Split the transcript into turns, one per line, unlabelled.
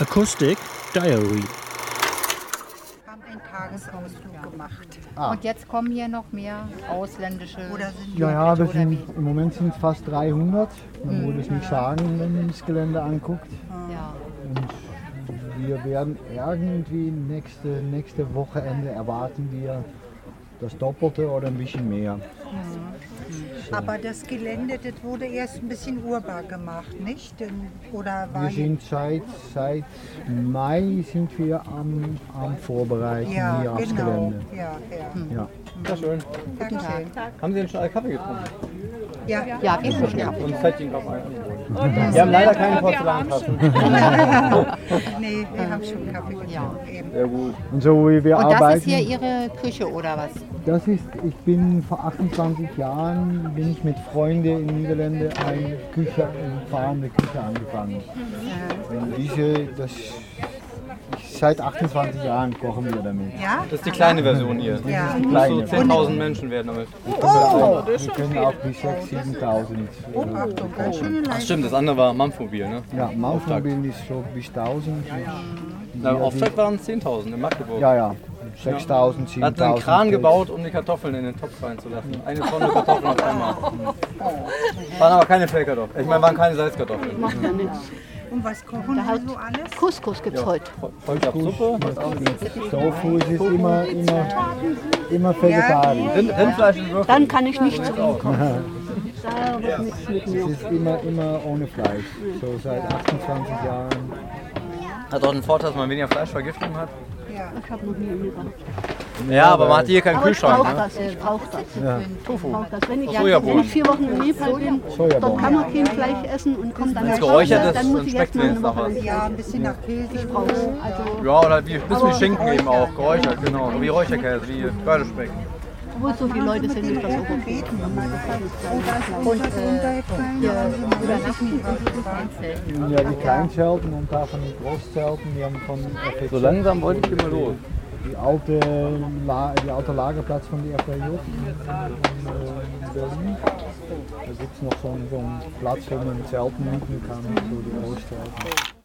Acoustic Diary.
haben einen Tagesausflug gemacht.
Und jetzt kommen hier noch mehr ausländische.
Oder sind
Ja, ja, wir
oder
sind,
wie?
im Moment sind es fast 300. Man würde es nicht sagen, wenn man das Gelände anguckt.
ja.
Und wir werden irgendwie nächste, nächste Wochenende erwarten wir das Doppelte oder ein bisschen mehr.
Aber das Gelände, das wurde erst ein bisschen urbar gemacht, nicht? Denn- Oder war
Wir sind seit, seit Mai sind wir am, am Vorbereiten
ja,
hier aufs
genau.
Gelände.
Ja, ja.
Ja.
Ja, schön.
Danke.
Haben Sie denn schon alle Kaffee getrunken?
Ja,
ja, wir sind ja.
Und zeigt Ihnen auch einen Wir haben leider keinen Porzellankasten.
nee, wir haben schon Kaffee getrunken. eben.
Sehr gut.
Und so wie wir
Und
arbeiten.
das ist hier Ihre Küche oder was?
Das ist, ich bin vor 28 Jahren, bin ich mit Freunden in Niederlande eine Küche, eine fahrende Küche angefangen. Und diese, das, seit 28 Jahren kochen wir damit.
Ja?
Das ist die kleine Version hier.
Ja.
So
Kleine.
10.000 Menschen werden damit.
wir können auch bis 6.000, 7.000.
Oh, Achtung, ganz schöne
Ach
Leistung.
stimmt, das andere war Mampfmobil, ne?
Ja, Maulverbild ist so bis 1.000.
Na, Auftakt waren es 10.000 in Magdeburg.
Ja, ja. 6.000, 7.000.
Da hat sie einen Kran gebaut, um die Kartoffeln in den Topf reinzulassen. Eine Tonne Kartoffeln auf einmal. Waren aber keine Pellkartoffeln. Ich meine, waren keine Salzkartoffeln.
Macht ja nichts.
Und was kochen Sie so alles?
Couscous gibt's heute.
Voll gab Suppe.
Tofu es ist immer, immer, immer vegetarisch.
Rind, Rindfleisch und Würfel.
Dann kann ich nicht zu Ihnen kommen. Da wird nichts mit
Es
mir.
ist immer, immer ohne Fleisch. So seit 28 Jahren.
Hat auch den Vorteil, dass man weniger Fleischvergiftung hat.
Ja.
Ich habe noch nie einen gebracht.
Ja, aber man hat hier keinen
Aber ich
Kühlschrank.
brauche
Ne?
das, ich brauche das. Ich brauch das. Wenn, ich,
Sojabohnen.
wenn ich vier Wochen in Nepal bin,
Sojabohnen.
dort kann man kein Fleisch essen und kommt dann
Wenn's
nach
geräuchert
Hause,
ist,
dann muss
dann
ich
schmeckt's
erst mal eine
wenigstens noch was.
Woche
ja, ein bisschen nach Käse.
raus. Also,
Ja, oder wie, ein bisschen wie Schinken eben auch. Geräuchert, genau. Wie Räucherkäse, wie Pferdespeck.
obwohl so viele Leute sind, ist das auch okay.
Beten. Oh, da ist uns was runtergefallen. Ja, übernachten.
Ja, die Kleinschelten und davon die Großschelten, die haben von FJ,
So langsam wollte ich hier mal los.
die alte, La die alte Lagerplatz von der FJ in, in Berlin. Da gibt es noch so einen, so einen Platz, wo man Zelten mieten kann, so die Großschelten.